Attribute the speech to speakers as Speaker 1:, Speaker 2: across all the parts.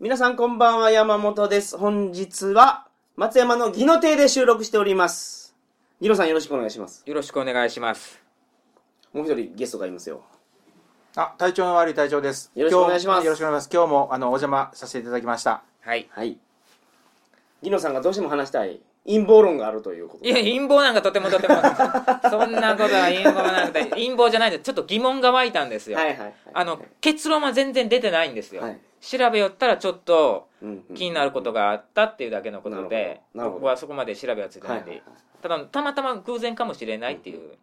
Speaker 1: 皆さんこんばんは、山本です。本日は、松山のギノ亭で収録しております。ギノさんよろしくお願いします。
Speaker 2: よろしくお願いします。
Speaker 1: もう一人ゲストがいますよ。
Speaker 3: あ、体調の悪い隊長です。
Speaker 1: よろしくお願いします
Speaker 3: 今日もよろしくお願いします。今日もあのお邪魔させていただきました。
Speaker 2: はい。
Speaker 1: はい。ギノさんがどうしても話したい陰謀論があるということ
Speaker 2: いや、陰謀なんかとてもとて も、そんなことは陰謀なんか、陰謀じゃないんです。ちょっと疑問が湧いたんです
Speaker 1: で。
Speaker 2: よ。
Speaker 1: はいはいはい。
Speaker 2: あの、結論は全然出てないんですよ。
Speaker 1: はい
Speaker 2: 調べよったらちょっと
Speaker 1: うんうん
Speaker 2: 気になることがあったっていうだけのことで、
Speaker 1: なるほどなるほど
Speaker 2: 僕はそこまで調べはついてないんで、
Speaker 1: はいはい
Speaker 2: ただ、たまたま偶然かもしれないっていう。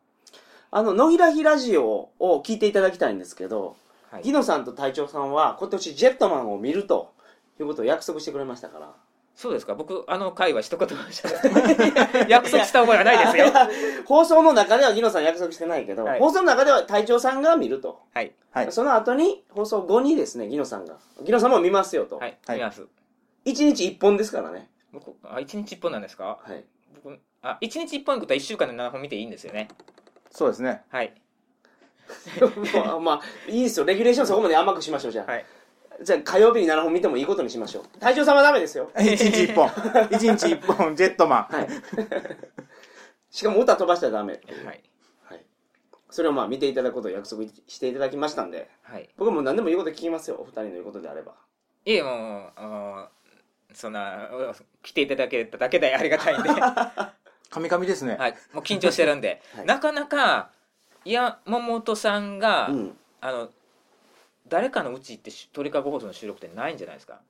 Speaker 1: あの、野ひらひラジオを聞いていただきたいんですけど、
Speaker 2: はい
Speaker 1: ギノさんと隊長さんは今年ジェットマンを見るということを約束してくれましたから。
Speaker 2: そうですか僕、あの回は一言も 喋ってない約束した 覚えはないですよ。
Speaker 1: 放送の中ではギノさん約束してないけど、
Speaker 2: はい
Speaker 1: 放送の中では隊長さんが見ると。
Speaker 2: はい。
Speaker 3: はい。
Speaker 1: その後に、放送後にですね、ギノさんが。ギノさんも見ますよと。
Speaker 2: はい。
Speaker 3: はい
Speaker 2: 見ます。
Speaker 1: 一日一本ですからね。
Speaker 2: 僕、あ、一日一本なんですか
Speaker 1: はい。
Speaker 2: 僕、あ、一日一本いうことは一週間で7本見ていいんですよね。
Speaker 3: そうですね。
Speaker 2: はい。
Speaker 1: まあ、まあ、いいですよ。レギュレーションそこまで甘くしましょう、じゃあ。
Speaker 2: はい。
Speaker 1: じゃあ、火曜日に7本見てもいいことにしましょう。隊長さんはダメですよ。
Speaker 3: 一日 一本。一日一本、ジェットマン。
Speaker 1: はい。 しかも歌飛ばしたらダメ。
Speaker 2: はい。
Speaker 1: はい。それをまあ、見ていただくことを約束していただきましたんで、
Speaker 2: はい。
Speaker 1: 僕はもう何でも言うこと聞きますよ。お二人の言うことであれば。
Speaker 2: いえ、もう、あのそんな、来ていただけただけでありがた いんで、
Speaker 3: カミカミですね。
Speaker 2: はい。もう緊張してるんで、
Speaker 1: はい
Speaker 2: なかなか、いや、桃本さんが、
Speaker 1: うん。
Speaker 2: あの、誰かのうち行ってし鳥かご放送の収録ってないんじゃないですか。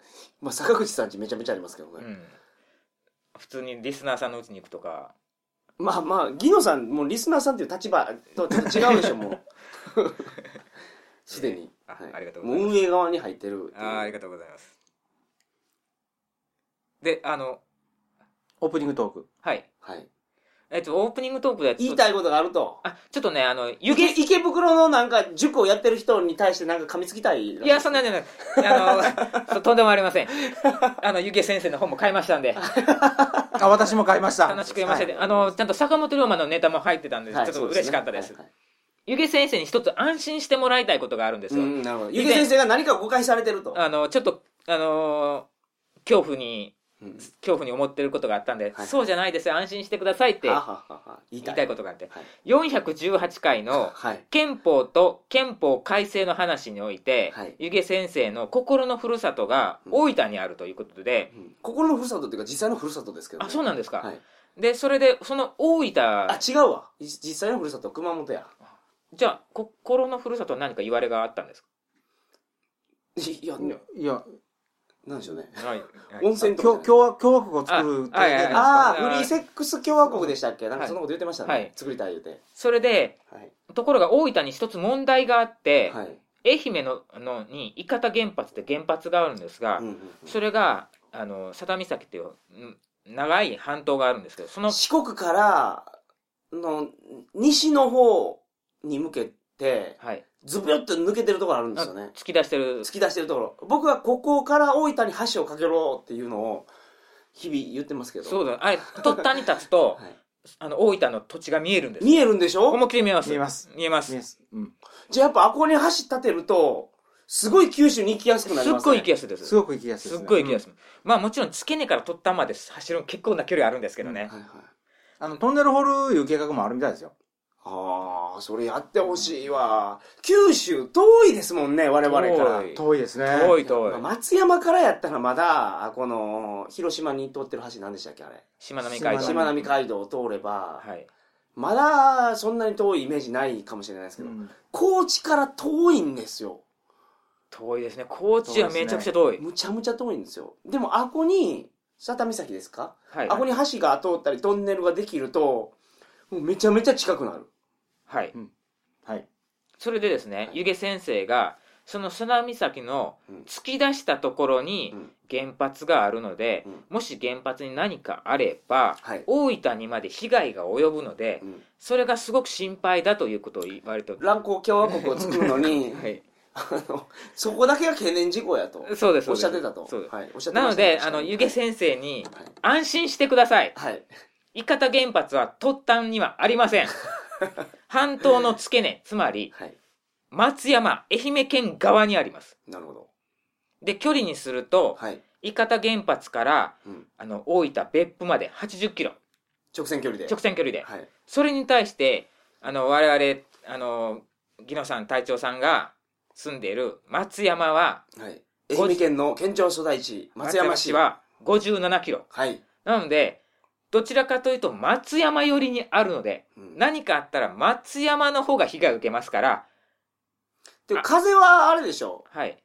Speaker 1: まあ、坂口さんちめちゃめちゃありますけどね。
Speaker 2: うん。普通にリスナーさんのうちに行くとか、
Speaker 1: まあまあ、ギノさん、もうリスナーさんという立場とちょっと違うでしょ、も う。すでに。
Speaker 2: あ
Speaker 1: はい
Speaker 2: ありがとうございます
Speaker 1: もう運営側に入ってるっていう
Speaker 2: あーありがとうございます。で、あの、
Speaker 3: オープニングトーク。
Speaker 2: はい。
Speaker 1: はい。
Speaker 2: えっと、オープニングトークではちょっ
Speaker 1: 言い
Speaker 2: と
Speaker 1: たいことがあると。
Speaker 2: あ、ちょっとね、あの、湯気、
Speaker 1: 池池袋のなんか塾をやってる人に対してなんか噛みつきたいらし。
Speaker 2: いや、そんなんじゃない。あ の、そとんでもありません。あの、ゆげ先生の本も買いましたんで、
Speaker 3: あ、私も買いました。
Speaker 2: 楽しく読ませ
Speaker 3: は
Speaker 2: て、あの、ちゃんと坂本龍馬のネタも入ってたんで、
Speaker 1: はい
Speaker 2: ちょっ
Speaker 1: そ
Speaker 2: と
Speaker 1: う
Speaker 2: 嬉しかったです
Speaker 1: ね。はいはい
Speaker 2: ゆげ先生に一つ安心してもらいたいことがあるんです
Speaker 1: う
Speaker 2: よ。
Speaker 1: ん、なるほど。ゆげ先生が何かを誤解されてると。
Speaker 2: あの、ちょっと、あのー恐怖に、
Speaker 1: うん
Speaker 2: 恐怖に思ってることがあったんで、
Speaker 1: はい
Speaker 2: そうじゃないですよ、安心してくださいって
Speaker 1: はははは言い
Speaker 2: 言
Speaker 1: た
Speaker 2: いた
Speaker 1: い
Speaker 2: い。ことがあって、
Speaker 1: はい
Speaker 2: 418回の、
Speaker 1: はい。
Speaker 2: 憲法と憲法改正の話において、
Speaker 1: はい
Speaker 2: 湯気先生の心のふるさとが大分にあるということで、
Speaker 1: うん心のふるさとっていうか実際のふるさとですけどね。
Speaker 2: あそう
Speaker 1: う
Speaker 2: なんですか、
Speaker 1: はい。
Speaker 2: でそれでその大分
Speaker 1: あ、違うわ。い実際のふるさと、熊本や。
Speaker 2: じゃあ心のふるさとは何か言われがあったんです
Speaker 1: いや、
Speaker 3: いや、
Speaker 1: なんでしょうね。
Speaker 2: か、はいはい
Speaker 1: 温泉とかじゃ
Speaker 3: 共
Speaker 1: ない。
Speaker 3: 共和共和国を作る
Speaker 2: あはいはいは
Speaker 1: あ
Speaker 2: いそう
Speaker 1: あ、フリーセックス共和国でしたっけなんか
Speaker 2: はい
Speaker 1: そんなこと言ってましたね。
Speaker 2: はい
Speaker 1: 作りたい言うて。
Speaker 2: それで
Speaker 1: はい。
Speaker 2: ところが大分に一つ問題があって、
Speaker 1: はい。
Speaker 2: 愛媛ののに伊方原発って原発があるんですが、
Speaker 1: うんうん
Speaker 2: それがあの佐田岬っていうん長い半島があるんですけどそ
Speaker 1: うん
Speaker 2: の
Speaker 1: 四国から、の、西の方に向けて、
Speaker 2: はい
Speaker 1: ズビュッと抜けてるところあるんですよね。
Speaker 2: 突き出してる
Speaker 1: 突き出してるところ。僕はここから大分に橋を架けろっていうのを、日々言ってますけど。
Speaker 2: そうだあれ突端に立つと
Speaker 1: はい
Speaker 2: あの大分の土地が見えるんです
Speaker 1: 見えるんでしょ
Speaker 2: 思いっきり見えます
Speaker 3: 見えます
Speaker 2: 見えます
Speaker 3: イエスうん
Speaker 1: じゃあやっぱあここに橋立てると、すごい九州に行きやすくなり
Speaker 2: すっ
Speaker 1: ますね。
Speaker 2: ごい行きやすいです
Speaker 3: すごく行きやす
Speaker 2: す
Speaker 3: いです
Speaker 2: っ
Speaker 3: ね。
Speaker 2: ごい行きやすい、まあもちろん付け根から突端まで走る結構な距離あるんですけどね、
Speaker 1: はいはい。
Speaker 3: あの、トンネル掘るいう計画もあるみたいですよ。
Speaker 1: ああ、それやってほしいわ。九州遠いですもんね、我々から。
Speaker 2: 遠い
Speaker 3: 遠いですね。
Speaker 2: 遠い遠い
Speaker 1: まあ松山からやったらまだ、あこの、広島に通ってる橋なんでしたっけ、あれ。
Speaker 2: しまなみ海
Speaker 3: うん
Speaker 2: 道
Speaker 1: しまなみ海道を通れば、
Speaker 2: はい
Speaker 1: まだそんなに遠いイメージないかもしれないですけ
Speaker 3: う
Speaker 1: ど、
Speaker 3: ん
Speaker 1: 高知から遠いんですよ。
Speaker 2: 遠いですね高知はめちゃくちゃ遠い、
Speaker 1: むちゃむちゃ遠いんですよ。でも、あこに、佐田岬ですか、
Speaker 2: はい
Speaker 1: あこに橋が通ったり、トンネルができると、もうめちゃめちゃ近くなる。
Speaker 2: はい
Speaker 3: はい。
Speaker 2: それでですね
Speaker 1: はい
Speaker 2: 湯気先生がその津波岬の突き出したところに
Speaker 1: うん
Speaker 2: 原発があるので、
Speaker 1: うん
Speaker 2: もし原発に何かあれば
Speaker 1: はい。
Speaker 2: 大分にまで被害が及ぶので
Speaker 1: うん
Speaker 2: それがすごく心配だということを言われており
Speaker 1: 乱交共和国を作るのに、
Speaker 2: はい、
Speaker 1: あの そこだけが懸念事項やと
Speaker 2: そうですそうです
Speaker 1: おっしゃってたと
Speaker 2: そうです
Speaker 1: はい、おっしゃって
Speaker 2: な
Speaker 1: ま
Speaker 2: の
Speaker 1: したね
Speaker 2: であの
Speaker 1: 確かに
Speaker 2: 湯気先生に
Speaker 1: はい
Speaker 2: 安心してください
Speaker 1: はい、
Speaker 2: 伊方原発は突端にはありま せん半島の付け根つまり
Speaker 1: はい、
Speaker 2: 松山愛媛県側にあります
Speaker 1: なるほど
Speaker 2: で距離にすると
Speaker 1: はい。
Speaker 2: 伊方原発から
Speaker 1: うん
Speaker 2: あの大分別府まで80キロ
Speaker 1: 直線距離で。
Speaker 2: 直線距離で、
Speaker 1: はい。
Speaker 2: それに対してあの我々あのギノさん隊長さんが住んでいる松山は
Speaker 1: はい。
Speaker 2: ご
Speaker 1: 愛媛県の県庁所在地、松山市。
Speaker 2: は57キロ
Speaker 1: はい。
Speaker 2: なのでどちらかというと松山寄りにあるので
Speaker 1: うん
Speaker 2: 何かあったら松山の方が被害を受けますから
Speaker 1: でも風はあれでしょ
Speaker 2: はい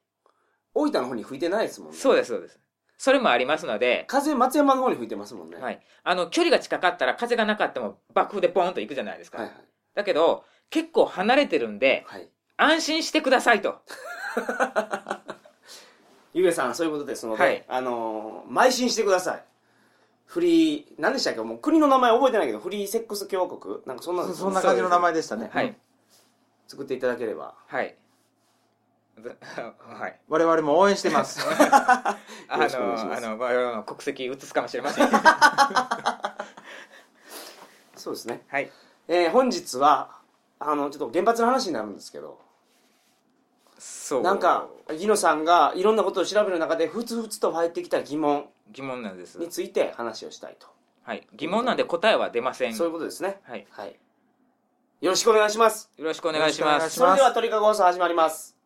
Speaker 1: 大分の方に吹いてないですもんね。
Speaker 2: そうですそうですそれもありますので、
Speaker 1: 風松山の方に吹いてますもんね。
Speaker 2: はい、あの距離が近かったら風がなかったも爆風でポンと行くじゃないですか、
Speaker 1: はいはい。
Speaker 2: だけど結構離れてるんで
Speaker 1: はい。
Speaker 2: 安心してくださいと
Speaker 1: ゆえさん、そういうことですので、
Speaker 2: はい
Speaker 1: あのー、邁進してください。フリー、何でしたっけもう国の名前覚えてないけど、フリーセックス共和国なんかそんなの
Speaker 3: そそんな感じの名前でしたね。
Speaker 2: は
Speaker 3: うん
Speaker 2: い
Speaker 1: 作っていただければ。
Speaker 2: はい ずはい
Speaker 3: 我々も応援し てます。
Speaker 2: あ
Speaker 1: よろしくお願いし
Speaker 2: の
Speaker 1: ま
Speaker 2: あ
Speaker 1: す
Speaker 2: の我々の国籍移すかもしれま せん
Speaker 1: そうですね。
Speaker 2: はい
Speaker 1: えー本日は、あの、ちょっと原発の話になるんですけど、
Speaker 2: そう
Speaker 1: なんか、ギノさんがいろんなことを調べる中で、ふつふつと入ってきた疑問
Speaker 2: 疑問なんです
Speaker 1: について話をしたいと。
Speaker 2: はい疑問なんで答えは出ません
Speaker 1: そういうことですね。
Speaker 2: はい
Speaker 1: はい。よろしくお願いします。
Speaker 2: よろしくお願いしま
Speaker 3: よろ
Speaker 2: す
Speaker 3: しく
Speaker 1: そ
Speaker 3: お願いしま
Speaker 1: れでは鳥かご放送始まります。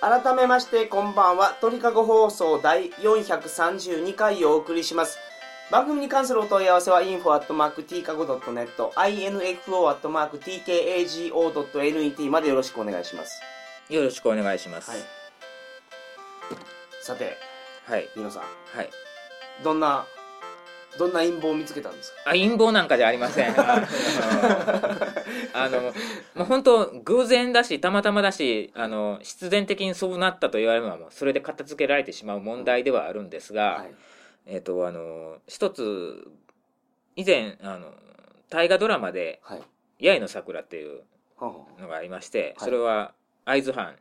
Speaker 1: 改めましてこんばんは鳥かご放送第432回をお送りします番組に関するお問い合わせは info.tkago.net info.tkago.net までよろしくお願いします
Speaker 2: よろしくお願いします
Speaker 1: はいさて
Speaker 2: はい
Speaker 1: ニノさん
Speaker 2: はい
Speaker 1: どんなどんな陰謀を見つけたんですか
Speaker 2: あ陰謀なんかじゃありま せんあのあのもう本当偶然だしたまたまだしあの必然的にそうなったと言われるのはもうそれで片付けられてしまう問題ではあるんですが、
Speaker 1: はい
Speaker 2: えっ、とあの一つ以前あの大河ドラマで
Speaker 1: はい
Speaker 2: 「八重の桜」っていう
Speaker 1: ほうほ
Speaker 2: のがありまして、
Speaker 1: はい
Speaker 2: それは会津藩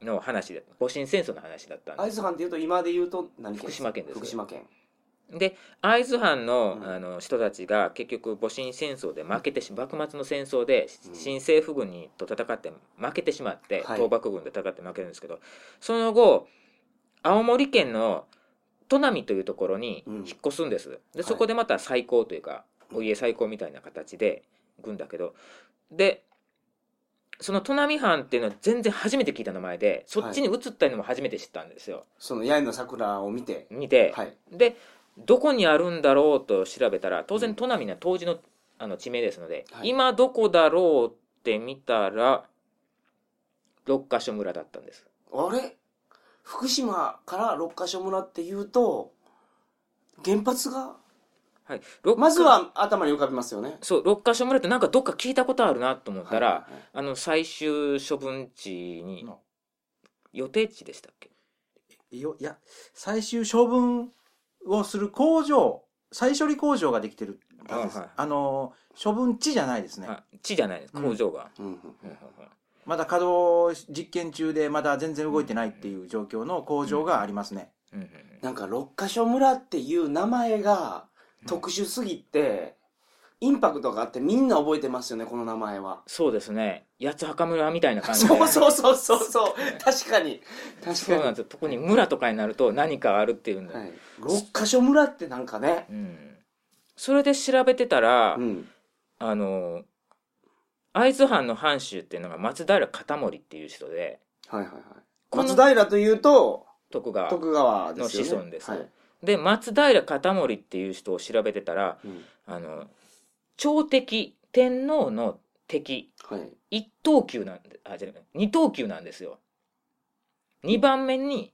Speaker 2: の話で戊辰戦争の話だったん
Speaker 1: う
Speaker 2: で
Speaker 1: 会
Speaker 2: す
Speaker 1: 津藩っていうと今で言うと何県
Speaker 2: 福島県です
Speaker 1: 福島県
Speaker 2: で会津藩の,、
Speaker 1: うん
Speaker 2: あの人たちが結局戊辰戦争で負けてし幕末の戦争で
Speaker 1: うん
Speaker 2: 新政府軍にと戦って負けてしまって、
Speaker 1: はい
Speaker 2: 倒幕軍で戦って負けるんですけどその後青森県の砺波というところに
Speaker 1: うん
Speaker 2: 引っ越すんです、
Speaker 1: はい
Speaker 2: でそこでまた最高というか、お家最高みたいな形で行くんだけどでその砺波藩っていうのは全然初めて聞いた名前でそっちに移ったのも初めて知ったんですよ、
Speaker 1: その八重の桜を見て
Speaker 2: 見て、
Speaker 1: はい
Speaker 2: でどこにあるんだろうと調べたら当然砺波には当時のあの地名ですので、
Speaker 1: はい
Speaker 2: 今どこだろうって見たら六ヶ所村だったんです
Speaker 1: あれ福島から六ヶ所村っていうと原発が
Speaker 2: はい六ヶ
Speaker 1: まずは頭に浮かびますよね
Speaker 2: そう六ヶ所村ってなんかどっか聞いたことあるなと思ったら、
Speaker 1: はいはいはい
Speaker 2: あの最終処分地に
Speaker 3: の
Speaker 2: 予定地でしたっけ
Speaker 3: いよいや、最終処分をする工場、再処理工場ができてるんです。あ,、
Speaker 2: あはい
Speaker 3: の、処分地じゃないですね。
Speaker 2: あ地じゃないです工場が、
Speaker 1: うんうん
Speaker 2: うんうんうん
Speaker 3: まだ稼働実験中で、まだ全然動いてないっていう状況の工場がありますね。
Speaker 2: うんうんうん
Speaker 1: なんか六ヶ所村っていう名前が特殊すぎて、インパクトがあってみんな覚えてますよねこの名前は
Speaker 2: そうですね八つ墓村みたいな感じで
Speaker 1: そう
Speaker 2: う
Speaker 1: そうそうそうそう確かに確
Speaker 2: そう
Speaker 1: か
Speaker 2: なんですよ特に村とかになると何かあるっていうん
Speaker 1: に、
Speaker 2: で、
Speaker 1: はい、六ヶ所村ってなんかね
Speaker 2: うん、それで調べてたら、
Speaker 1: うん
Speaker 2: あの会津藩の藩主っていうのが松平片盛っていう人で
Speaker 1: はいはいはい
Speaker 2: この
Speaker 1: 松平というと
Speaker 2: 徳川
Speaker 1: 徳川ですよね
Speaker 2: の子孫です
Speaker 1: はい
Speaker 2: で松平片盛っていう人を調べてたら
Speaker 1: うん
Speaker 2: あの朝敵天皇の敵
Speaker 1: はい、
Speaker 2: 一等級なんであじゃない二等級なんですよ二番目に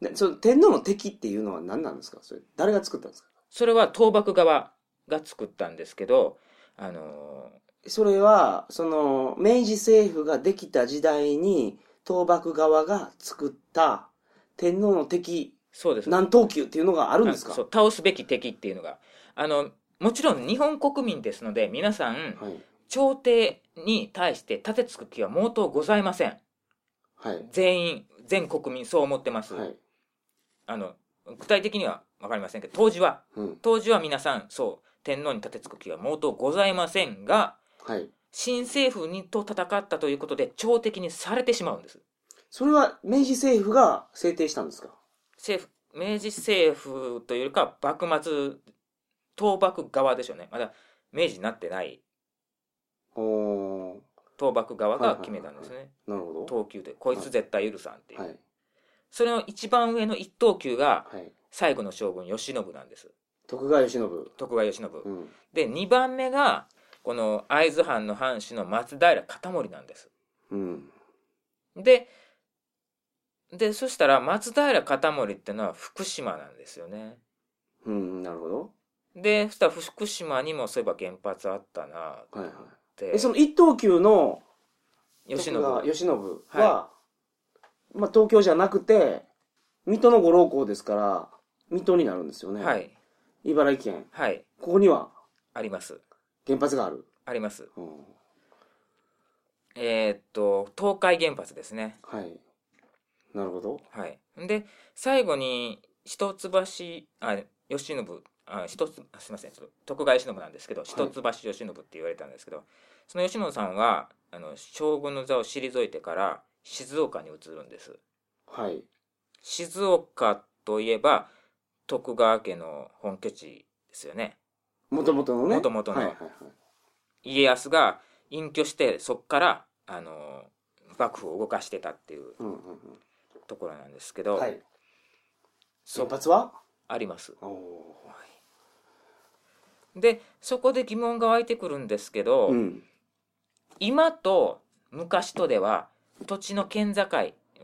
Speaker 1: でその天皇の敵っていうのは何なんですかそれ誰が作ったんですか
Speaker 2: それは倒幕側が作ったんですけどあの
Speaker 1: それはその明治政府ができた時代に倒幕側が作った天皇の敵
Speaker 2: そうです
Speaker 1: 何等級っていうのがあるんですか
Speaker 2: あそう倒すべき敵っていうのがあのもちろん日本国民ですので皆さん、
Speaker 1: はい、
Speaker 2: 朝廷に対して立てつく気は毛頭ございません
Speaker 1: はい。
Speaker 2: 全員全国民そう思ってます、
Speaker 1: はい。
Speaker 2: あの具体的には分かりませんけど当時は
Speaker 1: うん。
Speaker 2: 当時は皆さんそう天皇に立てつく気は毛頭ございませんが
Speaker 1: はい。
Speaker 2: 新政府にと戦ったということで朝敵にされてしまうんです
Speaker 1: それは明治政府が制定したんですか
Speaker 2: 政府明治政府というよりかは幕末倒幕側でしょうねまだ明治になってない
Speaker 1: おー。
Speaker 2: 倒幕側が決めたんですね
Speaker 1: なるほど。
Speaker 2: 等級でこいつ絶対許さんっていう、
Speaker 1: はい。
Speaker 2: それの一番上の一等級が
Speaker 1: はい。
Speaker 2: 最後の将軍慶喜なんです
Speaker 1: 徳川慶喜。
Speaker 2: 徳川慶喜、
Speaker 1: うん。
Speaker 2: で2番目がこの会津藩の藩主の松平片盛なんです
Speaker 1: うん。
Speaker 2: ででそしたら松平片盛ってのは福島なんですよね
Speaker 1: うん、なるほど。
Speaker 2: でそしたら福島にもそういえば原発あったなっ
Speaker 1: はいはい。
Speaker 2: て
Speaker 1: え、その一等級の
Speaker 2: 慶喜
Speaker 1: 徳川慶喜は、
Speaker 2: は
Speaker 1: まあ東京じゃなくて、水戸のご老公ですから、水戸になるんですよね。
Speaker 2: はい
Speaker 1: 茨城県。
Speaker 2: はい
Speaker 1: ここには
Speaker 2: あります
Speaker 1: 原発がある。
Speaker 2: あります
Speaker 1: うん。
Speaker 2: えーっと東海原発ですね
Speaker 1: はい。なるほど。
Speaker 2: はいで最後に一橋あ慶喜あ一つあすいませんちょっと徳川慶喜なんですけど一橋慶喜って言われたんですけど、その慶喜さんはあの将軍の座を退いてから静岡に移るんです
Speaker 1: はい。
Speaker 2: 静岡といえば徳川家の本拠地ですよね
Speaker 1: もともとのね。
Speaker 2: 元々の
Speaker 1: はいはいはい。
Speaker 2: 家康が隠居してそこからあの幕府を動かしてたっていう
Speaker 1: うんうん
Speaker 2: ところなんですけ
Speaker 1: う
Speaker 2: ど、
Speaker 1: ん。はい。
Speaker 2: そ
Speaker 1: 原発は
Speaker 2: あります
Speaker 1: おお
Speaker 2: でそこで疑問が湧いてくるんですけど、
Speaker 1: ー。うん。
Speaker 2: 今と昔とでは土地の県境、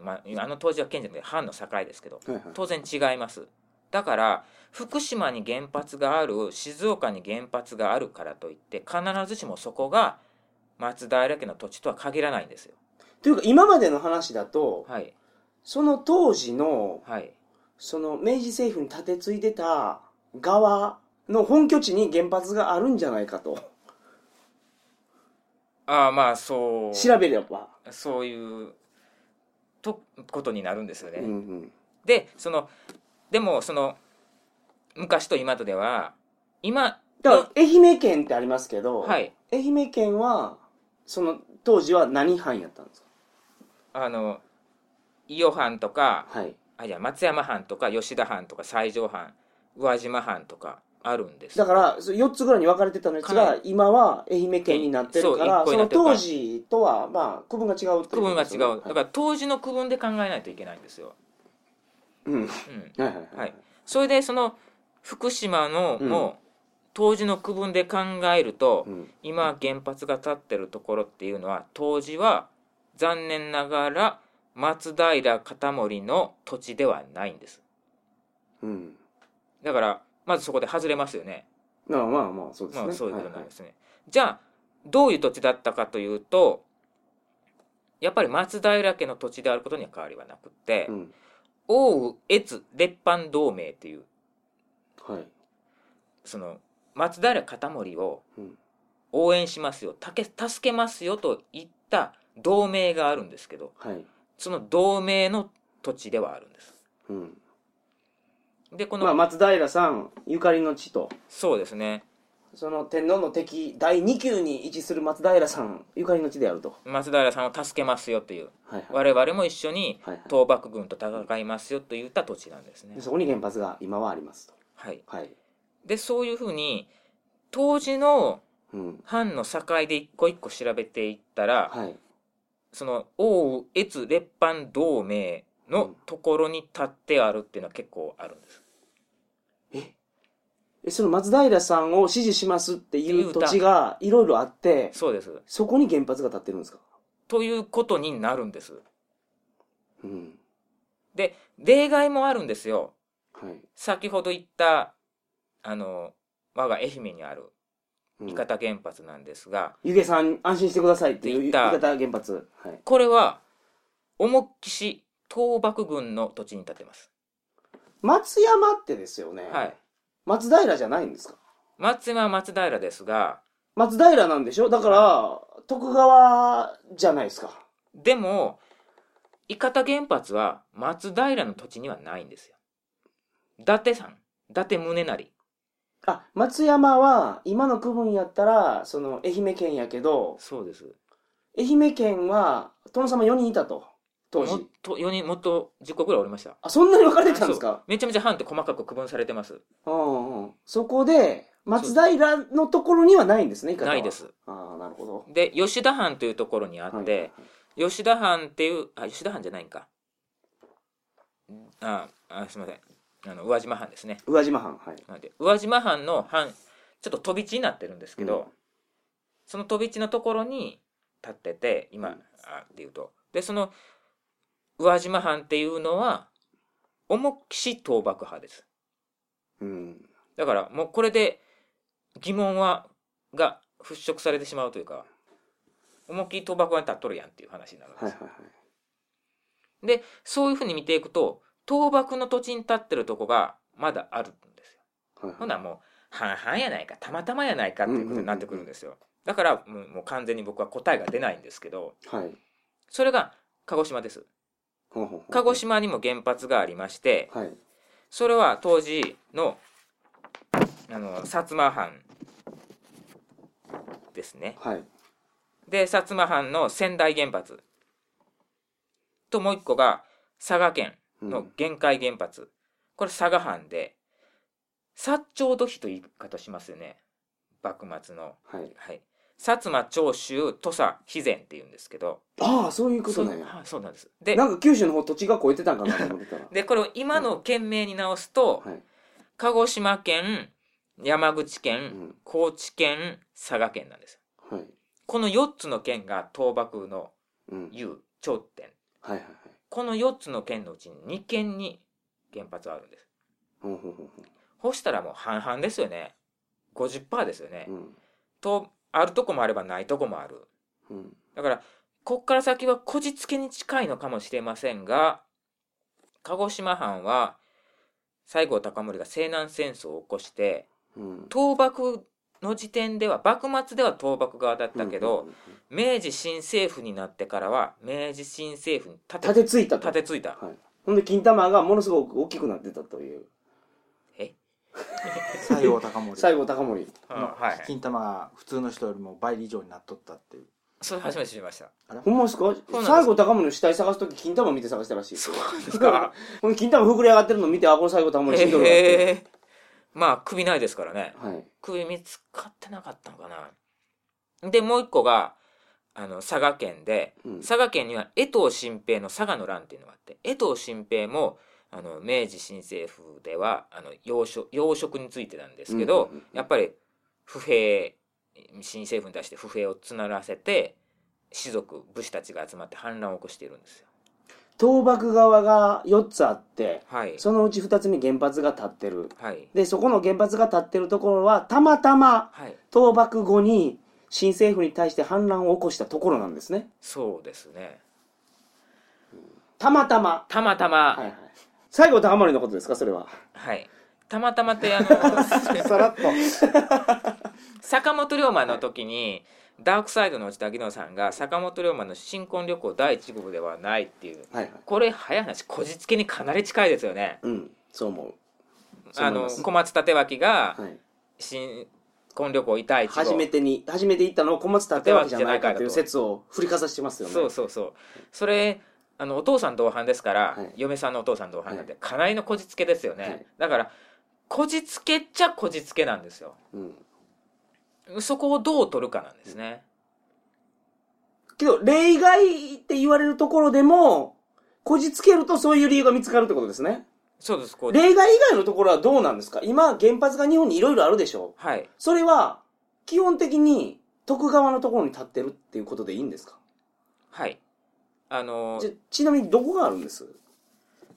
Speaker 2: まあ、あの当時は県じゃなくて藩の境ですけど
Speaker 1: はいはい。
Speaker 2: 当然違いますだから福島に原発がある静岡に原発があるからといって必ずしもそこが松平家の土地とは限らないんですよ
Speaker 1: というか今までの話だと、
Speaker 2: はい
Speaker 1: その当時の、
Speaker 2: はい
Speaker 1: その明治政府に立て継いでた側の本拠地に原発があるんじゃないかと。
Speaker 2: ああまあそう
Speaker 1: 調べれば。
Speaker 2: そういうとことになるんですよね、
Speaker 1: うんうん。
Speaker 2: でそのでもその昔と今とでは今
Speaker 1: だから、愛媛県ってありますけど、
Speaker 2: はい
Speaker 1: 愛媛県は、その当時は何藩やったんですか
Speaker 2: あの伊予藩とか
Speaker 1: はい。
Speaker 2: あじゃ松山藩とか吉田藩とか西条藩宇和島藩とかあるんです
Speaker 1: だから、そ4つぐらいに分かれてたのやつ
Speaker 2: は
Speaker 1: が、今は愛媛県になってるから、
Speaker 2: そ
Speaker 1: そ
Speaker 2: う一個にな
Speaker 1: の
Speaker 2: ってるから
Speaker 1: 当時とは、まあ、区分が違うって
Speaker 2: 区
Speaker 1: こと
Speaker 2: 分が
Speaker 1: です
Speaker 2: 違
Speaker 1: よ
Speaker 2: う
Speaker 1: ね
Speaker 2: だから当時の区分で考えないといけないんですよ、
Speaker 1: うん。
Speaker 2: うん、
Speaker 1: はいはい
Speaker 2: はい。それでその福島の
Speaker 1: うん
Speaker 2: もう当時の区分で考えると、
Speaker 1: うん
Speaker 2: 今原発が建ってるところっていうのは当時は残念ながら松平片盛の土地ではないんです
Speaker 1: うん。
Speaker 2: だからまずそこで外れますよね
Speaker 1: まあまあまあ、そうですね。
Speaker 2: まあそういうことに
Speaker 1: はは
Speaker 2: ないりますね、じゃあどういう土地だったかというとやっぱり松平家の土地であることには変わりはなくって、
Speaker 1: いうん。
Speaker 2: 奥羽越列藩同盟っていう
Speaker 1: はい。
Speaker 2: その松平片盛を
Speaker 1: うん
Speaker 2: 応援しますよたけ助けますよと言った同盟があるんですけど
Speaker 1: はい。
Speaker 2: その同盟の土地ではあるんです
Speaker 1: うん。
Speaker 2: でこの、
Speaker 1: まあ、松平さん、ゆかりの地と、
Speaker 2: そうですね
Speaker 1: その天皇の敵第2級に位置する松平さん、ゆかりの地であると。
Speaker 2: 松平さんを助けますよという
Speaker 1: はいはい。
Speaker 2: 我々も一緒に
Speaker 1: はいはい
Speaker 2: 倒幕軍と戦いますよと言った土地なんですね
Speaker 1: でそこに原発が今はありますと。
Speaker 2: はい
Speaker 1: はい。
Speaker 2: でそういうふうに当時の
Speaker 1: うん。
Speaker 2: 藩の境で一個一個調べていったら、
Speaker 1: はい。
Speaker 2: その奥羽越列藩同盟のところに立ってあるっていうのは結構あるんです。
Speaker 1: えその松平さんを支持しますっていう土地がいろいろあって、
Speaker 2: そうです。
Speaker 1: そこに原発が建ってるんですか
Speaker 2: ということになるんです。
Speaker 1: うん。
Speaker 2: で、例外もあるんですよ。
Speaker 1: はい。
Speaker 2: 先ほど言った、あの、我が愛媛にある
Speaker 1: うん
Speaker 2: 伊方原発なんですが、
Speaker 1: ゆげさん、安心してくださいっていう
Speaker 2: 言
Speaker 1: 伊
Speaker 2: った
Speaker 1: 方原発。はい。
Speaker 2: これは、重っきし倒幕軍の土地に立ってます。
Speaker 1: 松山ってですよね。
Speaker 2: はい。
Speaker 1: 松平じゃないんですか
Speaker 2: 松山は松平ですが、
Speaker 1: 松平なんでしょだから、徳川じゃないですか。
Speaker 2: でも、伊方原発は松平の土地にはないんですよ。伊達さん、伊達宗成。
Speaker 1: あ、松山は、今の区分やったら、その、愛媛県やけど、
Speaker 2: そうです。
Speaker 1: 愛媛県は、殿様4人いたと。当
Speaker 2: もっ
Speaker 1: 時。
Speaker 2: と4人、もっと10個ぐらいおりました。
Speaker 1: あ、そんなに分かれてたんです
Speaker 2: そう
Speaker 1: か
Speaker 2: めちゃめちゃ藩って細かく区分されてます。
Speaker 1: うんうん。そこで、松平のところにはないんですね、伊方は
Speaker 2: ないで。す。
Speaker 1: ああ、なるほど。
Speaker 2: で、吉田藩というところにあって、
Speaker 1: はい
Speaker 2: 吉田藩っていうあ吉田藩じゃないんかああすいませんあの宇和島藩ですね
Speaker 1: 宇和島藩、はい。
Speaker 2: なんで宇和島藩の藩ちょっと飛び地になってるんですけど、
Speaker 1: うん
Speaker 2: その飛び地のところに立ってて今、
Speaker 1: うん
Speaker 2: あっていうとでその宇和島藩っていうのは重きし倒幕派です
Speaker 1: うん。
Speaker 2: だからもうこれで疑問はが払拭されてしまうというか重き倒幕派に立っとるやんっていう話になるんです
Speaker 1: はい
Speaker 2: よ
Speaker 1: はいはい。
Speaker 2: で、そういうふうに見ていくと、倒幕の土地に立ってるとこがまだあるんですよ。
Speaker 1: はいはい
Speaker 2: ほんならもう、半々やないか、たまたまやないかっていうことになってくるんですよ。だから、もうもう完全に僕は答えが出ないんですけど、
Speaker 1: はい。
Speaker 2: それが鹿児島です。
Speaker 1: ほうほうほう
Speaker 2: 鹿児島にも原発がありまして、
Speaker 1: はい。
Speaker 2: それは当時の、あの、薩摩藩ですね。
Speaker 1: はい。
Speaker 2: で、薩摩藩の仙台原発ともう一個が佐賀県
Speaker 1: うん
Speaker 2: の限界原発、これ佐賀藩で薩長土肥という言い方しますよね幕末の、
Speaker 1: はい。
Speaker 2: はい、薩摩長州土佐肥前っていうんですけど
Speaker 1: ああ、そういうことなん
Speaker 2: そう
Speaker 1: や。
Speaker 2: はいそうなんですで
Speaker 1: なんか九州の方土地が超えてたんかなと思ってたら。
Speaker 2: でこれを今の県名に直すと、
Speaker 1: はい。
Speaker 2: 鹿児島県山口県、
Speaker 1: うん
Speaker 2: 高知県佐賀県なんです
Speaker 1: はい。
Speaker 2: この4つの県が倒幕の
Speaker 1: うん。
Speaker 2: 有頂点
Speaker 1: はいはいはい。
Speaker 2: この4つの県のうちに2県に原発はあるんです
Speaker 1: ほうほうほうほ
Speaker 2: ほしたらもう半々ですよね50%ですよね、
Speaker 1: う。うん。
Speaker 2: とあるとこもあればないとこもある
Speaker 1: うん。
Speaker 2: だからこっから先はこじつけに近いのかもしれませんが鹿児島藩は西郷隆盛が西南戦争を起こして
Speaker 1: うん。
Speaker 2: 倒幕の時点では幕末では倒幕側だったけど、明治新政府になってからは明治新政府に
Speaker 1: 立
Speaker 2: 立て
Speaker 1: てついたと
Speaker 2: 立てついた
Speaker 1: はい、ほんで金玉がものすごく大きくなってたという
Speaker 2: え
Speaker 3: 西郷隆盛
Speaker 1: 西郷隆盛
Speaker 3: の
Speaker 2: あはい
Speaker 3: 金玉が普通の人よりも倍以上になっとったっていう
Speaker 2: それ初めて知りました
Speaker 1: ほんまですか
Speaker 2: なんです
Speaker 1: 西郷隆盛の死体探す時金玉見て探してたらしい
Speaker 2: そうなんですか
Speaker 1: ほんで金玉膨れ上がってるの見てあこの西郷隆盛死んどるわって、
Speaker 2: えー、まあ首ないですからね
Speaker 1: はい、
Speaker 2: 首見つかってなかったのかなでもう一個があの佐賀県で、
Speaker 1: うん
Speaker 2: 佐賀県には江藤新平の佐賀の乱っていうのがあって江藤新平もあの明治新政府ではあの養殖養殖についてなんですけど、
Speaker 1: うんうんうん
Speaker 2: やっぱり不平新政府に対して不平を募らせて士族武士たちが集まって反乱を起こしているんですよ。
Speaker 1: 倒幕側が4つあって
Speaker 2: はい、
Speaker 1: そのうち2つに原発が立ってる
Speaker 2: はい、
Speaker 1: でそこの原発が立ってるところはたまたま
Speaker 2: はい、
Speaker 1: 倒幕後に新政府に対して反乱を起こしたところなんですね
Speaker 2: そうですね。
Speaker 1: たまたま
Speaker 2: たまたま、
Speaker 1: はい
Speaker 2: は、
Speaker 1: はいい西郷隆盛のことですかそれは
Speaker 2: たまたまってあ の
Speaker 3: さらっと
Speaker 2: 坂本龍馬の時に、ダークサイドの内田義能さんが坂本龍馬の新婚旅行第1号ではないっていう
Speaker 1: はいはい
Speaker 2: これ早い話こじつけにかなり近いですよね。
Speaker 1: うんそう思うそう
Speaker 2: あ
Speaker 1: 思い
Speaker 2: の
Speaker 1: ます
Speaker 2: 小松立脇が
Speaker 1: はい
Speaker 2: 新婚旅行第1号
Speaker 1: 初めてに初めて行ったのを小松立脇じゃないかという説を振りかざしてますよね
Speaker 2: そうそうそうそれあのお父さん同伴ですから、
Speaker 1: はい
Speaker 2: 嫁さんのお父さん同伴なんで、かなりのこじつけですよね、
Speaker 1: はい
Speaker 2: だからこじつけっちゃこじつけなんですよ
Speaker 1: うん、
Speaker 2: そこをどう取るかなんですね、
Speaker 1: けど例外って言われるところでもこじつけるとそういう理由が見つかるってことですね
Speaker 2: そうですこう
Speaker 1: 例外以外のところはどうなんですか今原発が日本にいろいろあるでしょう
Speaker 2: はい
Speaker 1: それは基本的に徳川のところに立ってるっていうことでいいんですか
Speaker 2: はいあの
Speaker 1: じゃちなみにどこがあるんです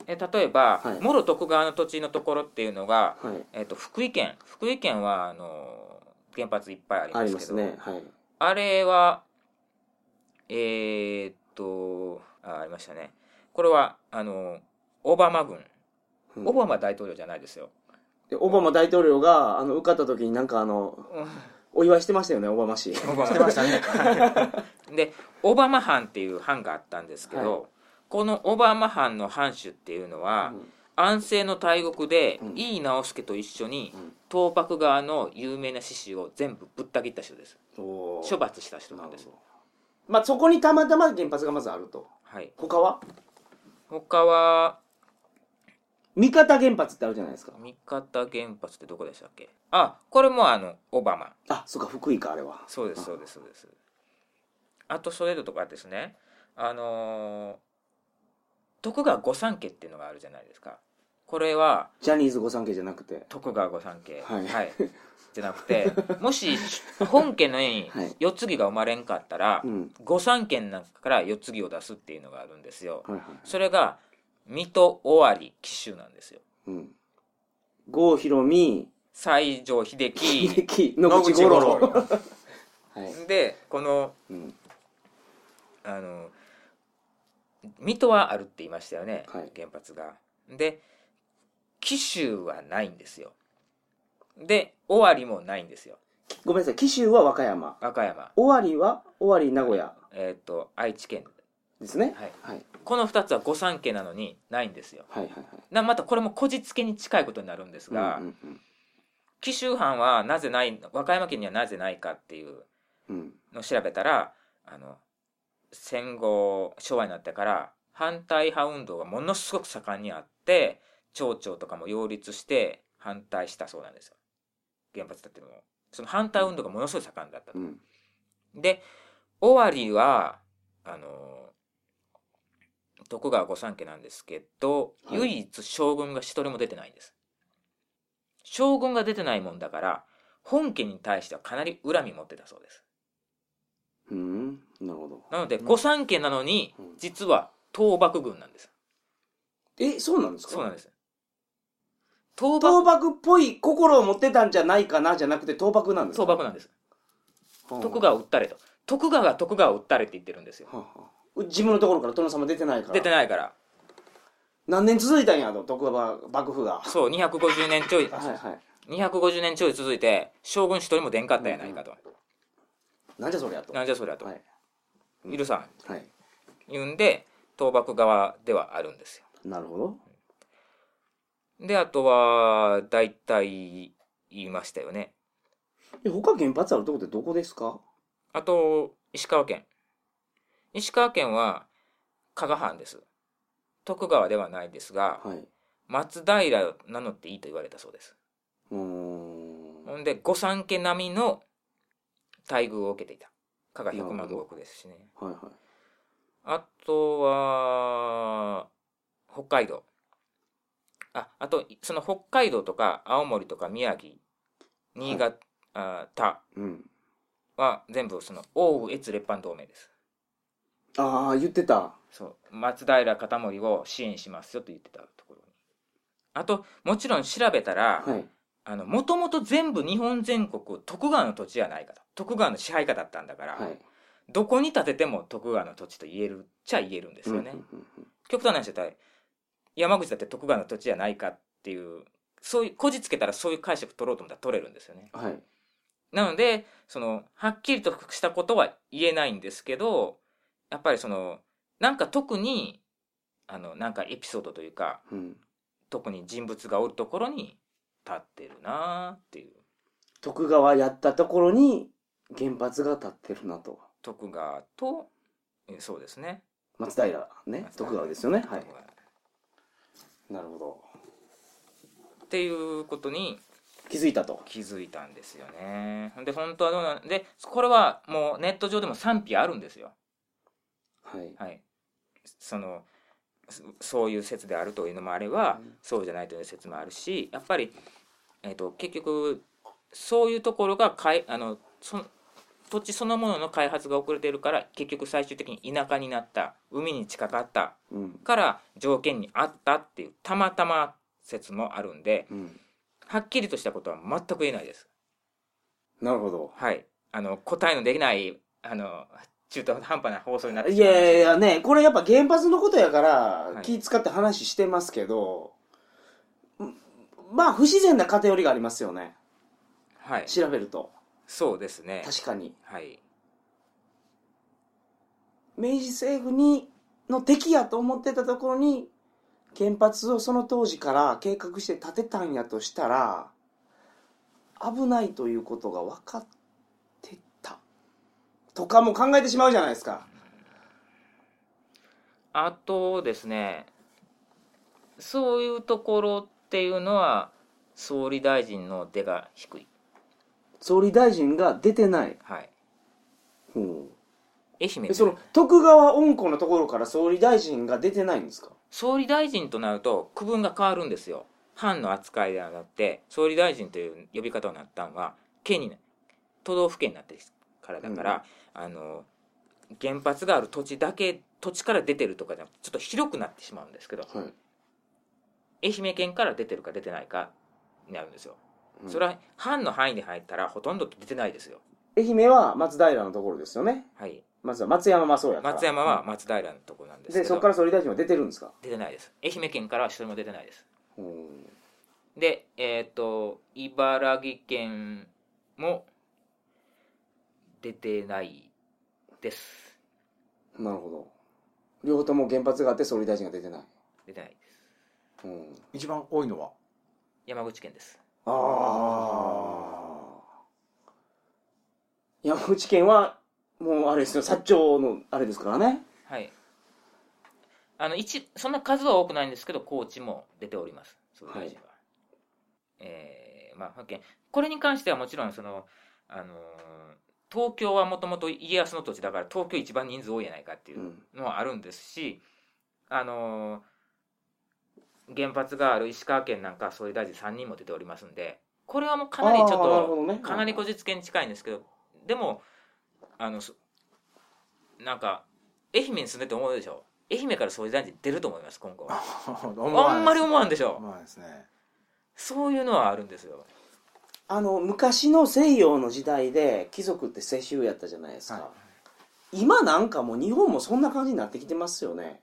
Speaker 2: え例えば、
Speaker 1: はい
Speaker 2: 諸徳川の土地のところっていうのが、
Speaker 1: はい
Speaker 2: えっと福井県福井県はあの原発いっぱいあり
Speaker 1: あ
Speaker 2: ま
Speaker 1: り
Speaker 2: す
Speaker 1: ま
Speaker 2: け
Speaker 1: す
Speaker 2: ど
Speaker 1: ねはい
Speaker 2: あれは、えーっとあ、ありましたね。これは、あの、オバマ
Speaker 1: う
Speaker 2: 軍。
Speaker 1: ん
Speaker 2: オバマ大統領じゃないですよ。
Speaker 1: でオバマ大統領があの受かった時になんかあのお祝いしてましたよねオバマ氏
Speaker 2: オバマ
Speaker 3: してましたね
Speaker 2: で、オバマ藩っていう藩があったんですけど、この小浜藩の藩主っていうのは、安政の大獄で
Speaker 3: うん
Speaker 2: 井伊直弼と一緒に
Speaker 3: うん
Speaker 2: 東博側の有名な志士を全部ぶった切った人です
Speaker 1: おー
Speaker 2: 処罰した人なんです
Speaker 1: なる、ほどまあそこにたまたま原発がまずあると
Speaker 2: はい、
Speaker 1: 他は
Speaker 2: 他は
Speaker 1: 三方原発ってあるじゃないですか
Speaker 2: 三方原発ってどこでしたっけあこれもあのオバマ
Speaker 1: あそうか福井かあれは
Speaker 2: そうですそうですそうですあとそれとかですねあのー徳川御三家っていうのがあるじゃないですかこれは
Speaker 1: ジャニーズ御三家じゃなくて
Speaker 2: 徳川御三家
Speaker 1: はい
Speaker 2: じゃなく てもし本家のに
Speaker 1: はい
Speaker 2: 世継ぎが生まれんかったら、
Speaker 1: うん
Speaker 2: 御三家の中から世継ぎを出すっていうのがあるんですよ
Speaker 1: はいはい
Speaker 2: それが水戸尾張紀州なんですよ
Speaker 1: うん郷ひろみ
Speaker 2: 西条秀
Speaker 1: 秀
Speaker 2: 樹
Speaker 1: 樹野口五郎
Speaker 2: 野口五
Speaker 1: はい
Speaker 2: でこの
Speaker 1: うん
Speaker 2: あの水戸はあるって言いましたよね、
Speaker 1: はい
Speaker 2: 原発がで紀州はないんですよで尾張もないんですよ
Speaker 1: ごめんなさい紀州は和歌山
Speaker 2: 和歌山
Speaker 1: 尾張は尾張名古屋
Speaker 2: えっ、と愛知県
Speaker 1: ですね
Speaker 2: はい
Speaker 1: はい
Speaker 2: この2つは御三家なのにないんですよ
Speaker 1: はいはいはい
Speaker 2: なまたこれもこじつけに近いことになるんですが、
Speaker 1: うんうん
Speaker 2: 紀州藩はなぜない和歌山県にはなぜないかっていう
Speaker 1: うんうん
Speaker 2: のを調べたらあの戦後昭和になってから反対派運動がものすごく盛んにあって町長とかも擁立して反対したそうなんですよ原発建てるのをその反対運動がものすごい盛んだったと
Speaker 1: うん
Speaker 2: で尾張はあの徳川御三家なんですけど、
Speaker 1: はい
Speaker 2: 唯一将軍が一人も出てないんです将軍が出てないもんだから本家に対してはかなり恨み持ってたそうです
Speaker 1: うんなるほど
Speaker 2: なので
Speaker 3: うん
Speaker 2: 御三家なのに
Speaker 1: うん
Speaker 2: 実は倒幕軍なんです
Speaker 1: えそうなんですか
Speaker 2: そうなんです倒
Speaker 1: 倒
Speaker 2: 幕
Speaker 1: 幕っぽい心を持ってたんじゃないかなじゃなくて倒幕なんです
Speaker 2: 倒幕なんです
Speaker 1: 幕
Speaker 2: 徳川を撃ったれと徳川が徳川を撃ったれって言ってるんですよ
Speaker 1: はあはあ自分のところから殿様出てないから
Speaker 2: 出てないから
Speaker 1: 何年続いたんやと徳川幕府が
Speaker 2: そう250年ちょい
Speaker 1: はいはい
Speaker 2: 250年ちょい続いて将軍一人も出んかったやないかと、
Speaker 1: なんじゃそりゃと
Speaker 2: なんじゃそりゃと、
Speaker 1: はい
Speaker 2: い、るさ
Speaker 1: はい
Speaker 2: ん言うんで倒幕側ではあるんですよ
Speaker 1: なるほど
Speaker 2: であとは大体言いましたよね
Speaker 1: え他原発あるとこってどこですか
Speaker 2: あと石川県石川県は加賀藩です徳川ではないですが
Speaker 1: はい
Speaker 2: 松平なのっていいと言われたそうです
Speaker 1: うーん
Speaker 2: ほんで御三家並みの待遇を受けていた加賀百万石ですしね
Speaker 1: はいは
Speaker 2: あとは、北海道。あ、あと、その北海道とか青森とか宮城、新潟、あ他
Speaker 1: いうん
Speaker 2: は全部その奥羽越列藩同盟です。
Speaker 1: ああ言ってた
Speaker 2: そう。松平片森を支援しますよと言ってたところに。あと、もちろん調べたら、
Speaker 1: はい
Speaker 2: あの、もともと全部日本全国徳川の土地じゃないかと。徳川の支配下だったんだから、
Speaker 1: はい
Speaker 2: どこに建てても徳川の土地と言えるっちゃ言えるんですよね。
Speaker 1: うんうんうん
Speaker 2: 極端な話だったら山口だって徳川の土地じゃないかっていうそういうこじつけたらそういう解釈取ろうと思ったら取れるんですよね
Speaker 1: うんはい
Speaker 2: なのでそのはっきりとしたことは言えないんですけどやっぱりそのなんか特にあのなんかエピソードというか
Speaker 1: うん
Speaker 2: 特に人物がおるところに立ってるなーっていう
Speaker 1: 徳川やったところに原発が立ってるなと
Speaker 2: 徳川とえそうですね
Speaker 1: 松平ね徳川ですよねはい
Speaker 2: 徳川っ
Speaker 1: なるほど
Speaker 2: ていうことに
Speaker 1: 気づいたと
Speaker 2: 気づいたんですよね。で本当はどうなんでこれはもうネット上でも賛否あるんですよ。
Speaker 1: はい
Speaker 2: はい、そのそそういう説であるというのもあれば、
Speaker 1: うん
Speaker 2: そうじゃないという説もあるしやっぱり、えー、と結局そういうところがかいあのそ土地そのものの開発が遅れてるから結局最終的に田舎になった海に近かった
Speaker 1: うん
Speaker 2: から条件にあったっていうたまたま説もあるんで
Speaker 1: うん
Speaker 2: はっきりとしたことは全く言えないです。
Speaker 1: なるほど
Speaker 2: はい。あの、答えのできない、あの、中途半端な放送になって
Speaker 1: い
Speaker 2: しまいました
Speaker 1: やいやね、これやっぱ原発のことやから、
Speaker 2: い
Speaker 1: 気使って話してますけど、うんまあ不自然な偏りがありますよね。
Speaker 2: はい。
Speaker 1: 調べると。
Speaker 2: そうですね。
Speaker 1: 確かに。
Speaker 2: はい。
Speaker 1: 明治政府にの敵やと思ってたところに原発をその当時から計画して建てたんやとしたら危ないということが分かってたとかも考えてしまうじゃないですか
Speaker 2: あとですねそういうところっていうのは総理大臣の出が低い、
Speaker 1: 総理大臣が出てない、
Speaker 2: はい、
Speaker 1: ほう
Speaker 2: 愛媛
Speaker 1: えその徳川恩子のところから総理大臣が出てないんですか
Speaker 2: 総理大臣となると区分が変わるんですよ藩の扱いではなくて総理大臣という呼び方になったのは県にな都道府県になってからだから、あの原発がある土地だけ土地から出てるとかじゃなくてちょっと広くなってしまうんですけど
Speaker 1: はい、
Speaker 2: 愛媛県から出てるか出てないかになるんですよ、それ
Speaker 1: は
Speaker 2: は藩の範囲に入ったらほとんど出てないですよ
Speaker 1: 愛媛は松平のところですよね
Speaker 2: はい
Speaker 1: まずは松山はそうやから
Speaker 2: 松山は松平のところなんですけ
Speaker 1: で
Speaker 2: ど
Speaker 1: そこから総理大臣は出てるんですか
Speaker 2: 出てないです愛媛県からは一人も出てないです
Speaker 1: ほう
Speaker 2: で、えっ、と、茨城県も出てないです。
Speaker 1: なるほど両方とも原発があって総理大臣が出てない、
Speaker 2: 出てないです。
Speaker 1: うん、
Speaker 3: 一番多い のは
Speaker 2: 山口県です。
Speaker 1: ああ山口県はもうあれですよ薩長のあれですからね
Speaker 2: はい。あの、一、そんな数は多くないんですけど、高知も出ております。総理大臣は。えーまあ、発見。これに関してはもちろん、その、あのー東京はもともと家康の土地だから、東京一番人数多いじゃないかっていううんのはあるんですし、あのー原発がある石川県なんかは総理大臣3人も出ておりますんでこれはもうかなりちょっ
Speaker 1: あーなるほど
Speaker 2: と、
Speaker 1: ね
Speaker 2: かなりこじつけに近いんですけどでもあのそなんか愛媛に住んでて思うでしょ愛媛から総理大臣出ると思います今後あんまり思わんでしょ
Speaker 3: まいですね
Speaker 2: そういうのはあるんですよ
Speaker 1: あの昔の西洋の時代で貴族って世襲やったじゃないですか、
Speaker 3: は
Speaker 1: 今なんかもう日本もそんな感じになってきてますよね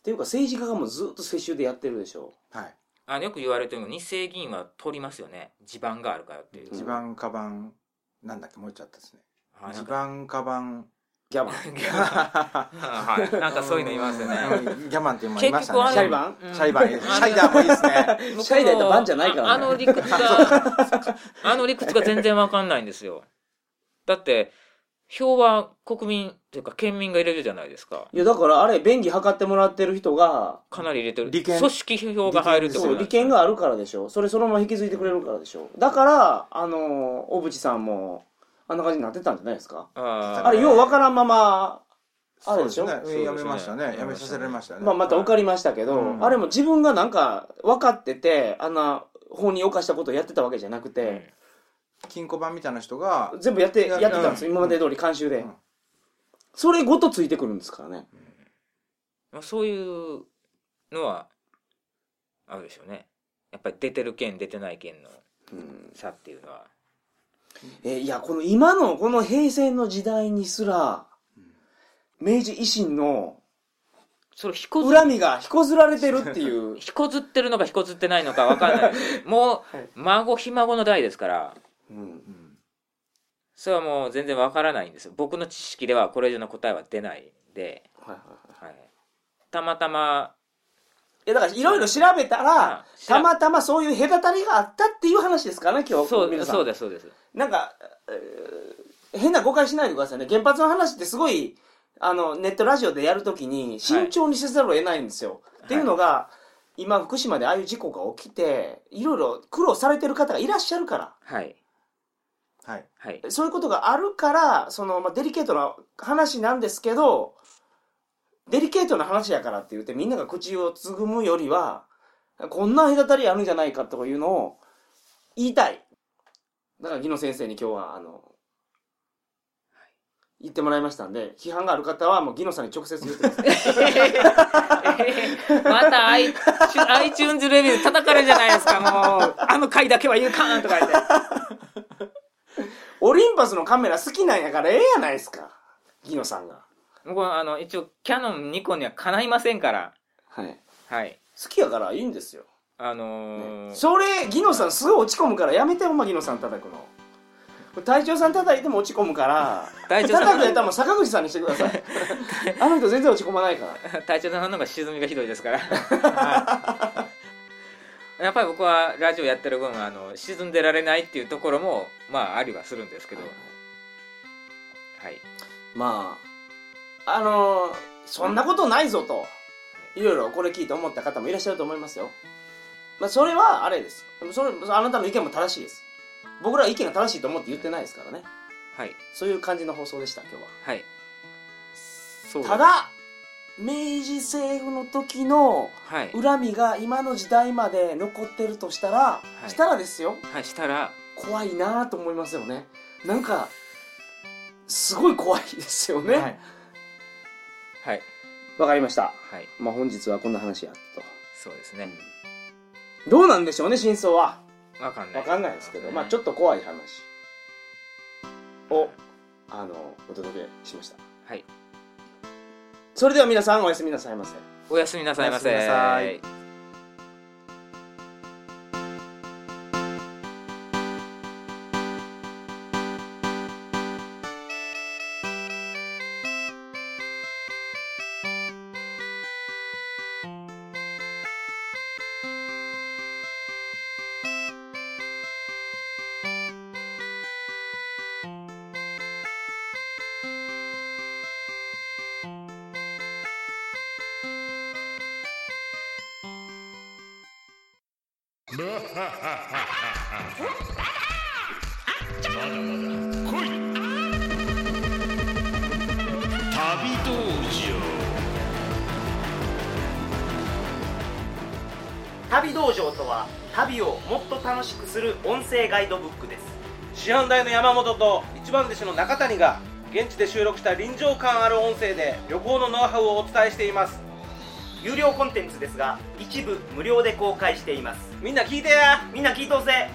Speaker 1: っていうか政治家がもうずっと世襲でやってるでしょ
Speaker 3: はい
Speaker 2: あのよく言われてるの日政議員は取りますよね地盤があるからっていう、
Speaker 1: うん
Speaker 3: 地盤カバンなんだっけもう言っちゃったですね
Speaker 2: あな
Speaker 3: 地
Speaker 2: んか
Speaker 3: 盤カバン
Speaker 1: ギャバン
Speaker 2: はいなんかそういうの言いますよね
Speaker 3: うんギャマンって今いまし
Speaker 2: 結
Speaker 3: たね
Speaker 2: 局あの
Speaker 1: シャイバン
Speaker 2: うん
Speaker 3: シャイバンシャイダーもいいですね
Speaker 2: 僕も
Speaker 1: シャイだとバンじゃないからね
Speaker 2: ああの理屈が あの理屈が全然わかんないんですよだって票は国民というか県民が入れるじゃないですか
Speaker 1: いやだからあれ便宜図ってもらってる人が
Speaker 2: かなり入れてる
Speaker 3: 利権
Speaker 2: 組織票が入るってこと
Speaker 1: そ
Speaker 2: な
Speaker 1: うん
Speaker 2: で
Speaker 1: 利
Speaker 2: すよ
Speaker 1: 権があるからでしょそれそのまま引き継いでくれるからでしょだからあの小渕さんもあんな感じになってたんじゃないですか
Speaker 2: あー
Speaker 1: あれようわからんままあれでしょ
Speaker 3: そうす
Speaker 2: そうですね
Speaker 3: ねやめましたね
Speaker 2: や
Speaker 3: や
Speaker 2: め
Speaker 3: め
Speaker 2: ましたね
Speaker 3: させられましたね
Speaker 1: まあ、また受かりましたけど、
Speaker 3: うん
Speaker 1: あれも自分がなんか分かっててあんな法に犯したことをやってたわけじゃなく
Speaker 2: うん
Speaker 1: て、
Speaker 3: 金庫版みたいな人が
Speaker 1: 全部やって
Speaker 3: い
Speaker 1: や
Speaker 3: や
Speaker 1: ってたんです、
Speaker 3: うん
Speaker 1: 今まで通り慣習で、
Speaker 3: うん
Speaker 1: それごとついてくるんですからね
Speaker 2: まあ、そういうのはあるでしょうねやっぱり出てる県出てない県の
Speaker 1: うん
Speaker 2: 差っていうのは
Speaker 1: えいやこの今のこの平成の時代にすら明治維新の
Speaker 2: それをひこず
Speaker 1: 恨みがひこずられてるっていう
Speaker 2: ひこずってるのかひこずってないのかわかんないですもう、
Speaker 1: はい
Speaker 2: 孫ひ孫の代ですから
Speaker 1: うん
Speaker 3: うん
Speaker 2: それはもう全然わからないんですよ僕の知識ではこれ以上の答えは出ないんで、
Speaker 1: はいはいはい
Speaker 2: はい、たまたま
Speaker 1: いやだからいろいろ調べたら
Speaker 2: あ調べ
Speaker 1: たまたまそういう隔たりがあったっていう話ですからね今日
Speaker 2: そう
Speaker 1: 皆さん
Speaker 2: そうですそうです
Speaker 1: なんか、えー変な誤解しないでくださいね。原発の話ってすごい、あの、ネットラジオでやるときに慎重にせざるを得ないんですよ。
Speaker 2: い
Speaker 1: っていうのが、今福島でああいう事故が起きて、いろいろ苦労されてる方がいらっしゃるから、
Speaker 2: はい
Speaker 3: はい
Speaker 2: はい
Speaker 1: そういうことがあるから、その、まあ、デリケートな話なんですけど、デリケートな話やからって言ってみんなが口をつぐむよりは、こんな隔たりあるんじゃないかとかいうのを言いたい。だから、木野先生に今日は、あの、言ってもらいましたんで、批判がある方はもうギノさんに直接言って ください。
Speaker 2: また i- iTunes レビュー叩かれるじゃないですかもうあの回だけは言うかんとか言って
Speaker 1: オリンパスのカメラ好きなんやからええやないですか。ギノさんが。
Speaker 2: 僕はあの一応キャノンニコンにはかないませんから
Speaker 1: はい。
Speaker 2: はい
Speaker 1: 好きやからいいんですよ。
Speaker 2: あのー
Speaker 1: それ、ギノさんすごい落ち込むからやめてほんまギノさん叩くの。これ隊長さん叩いても落ち込むから
Speaker 2: 隊長さん
Speaker 1: 叩くやったらもう坂口さんにしてくだ さいあの人全然落ち込まないから
Speaker 2: 隊長さんの方が沈みがひどいですから やっぱり僕はラジオやってる分あの沈んでられないっていうところもまあありはするんですけどはい
Speaker 1: まああのーそんなことないぞといろいろこれ聞いて思った方もいらっしゃると思いますよ、まあ、それはあれですでもそれあなたの意見も正しいです僕らは意見が正しいと思って言ってないですからね
Speaker 2: はい
Speaker 1: そういう感じの放送でした今日は
Speaker 2: はいそう
Speaker 1: ただ明治政府の時の
Speaker 2: はい、
Speaker 1: 恨みが今の時代まで残ってるとしたら、
Speaker 2: い
Speaker 1: したらですよ
Speaker 2: はい、したら
Speaker 1: 怖いなぁと思いますよねなんかすごい怖いですよねわ、
Speaker 3: はい
Speaker 2: はい
Speaker 1: かりました
Speaker 2: はい
Speaker 1: まあ本日はこんな話やった
Speaker 2: そうですね
Speaker 1: とどうなんでしょうね真相は
Speaker 2: わかんな
Speaker 1: わ
Speaker 2: い
Speaker 1: かんないですけど、まあちょ
Speaker 2: っ
Speaker 1: っと怖い話をあのお届けしました
Speaker 2: とはい
Speaker 1: それでは皆さんおやすみなさいませ
Speaker 2: おやすみなさいませ
Speaker 3: おやすみなさい
Speaker 4: まだまだ来い旅道場
Speaker 5: 旅道場とは旅をもっと楽しくする音声ガイドブックです
Speaker 1: 師範代の山本と一番弟子の中谷が現地で収録した臨場感ある音声で旅行のノウハウをお伝えしています
Speaker 5: 有料コンテンツですが一部無料で公開しています
Speaker 1: みんな聞いてや
Speaker 5: みんな聞いとうぜ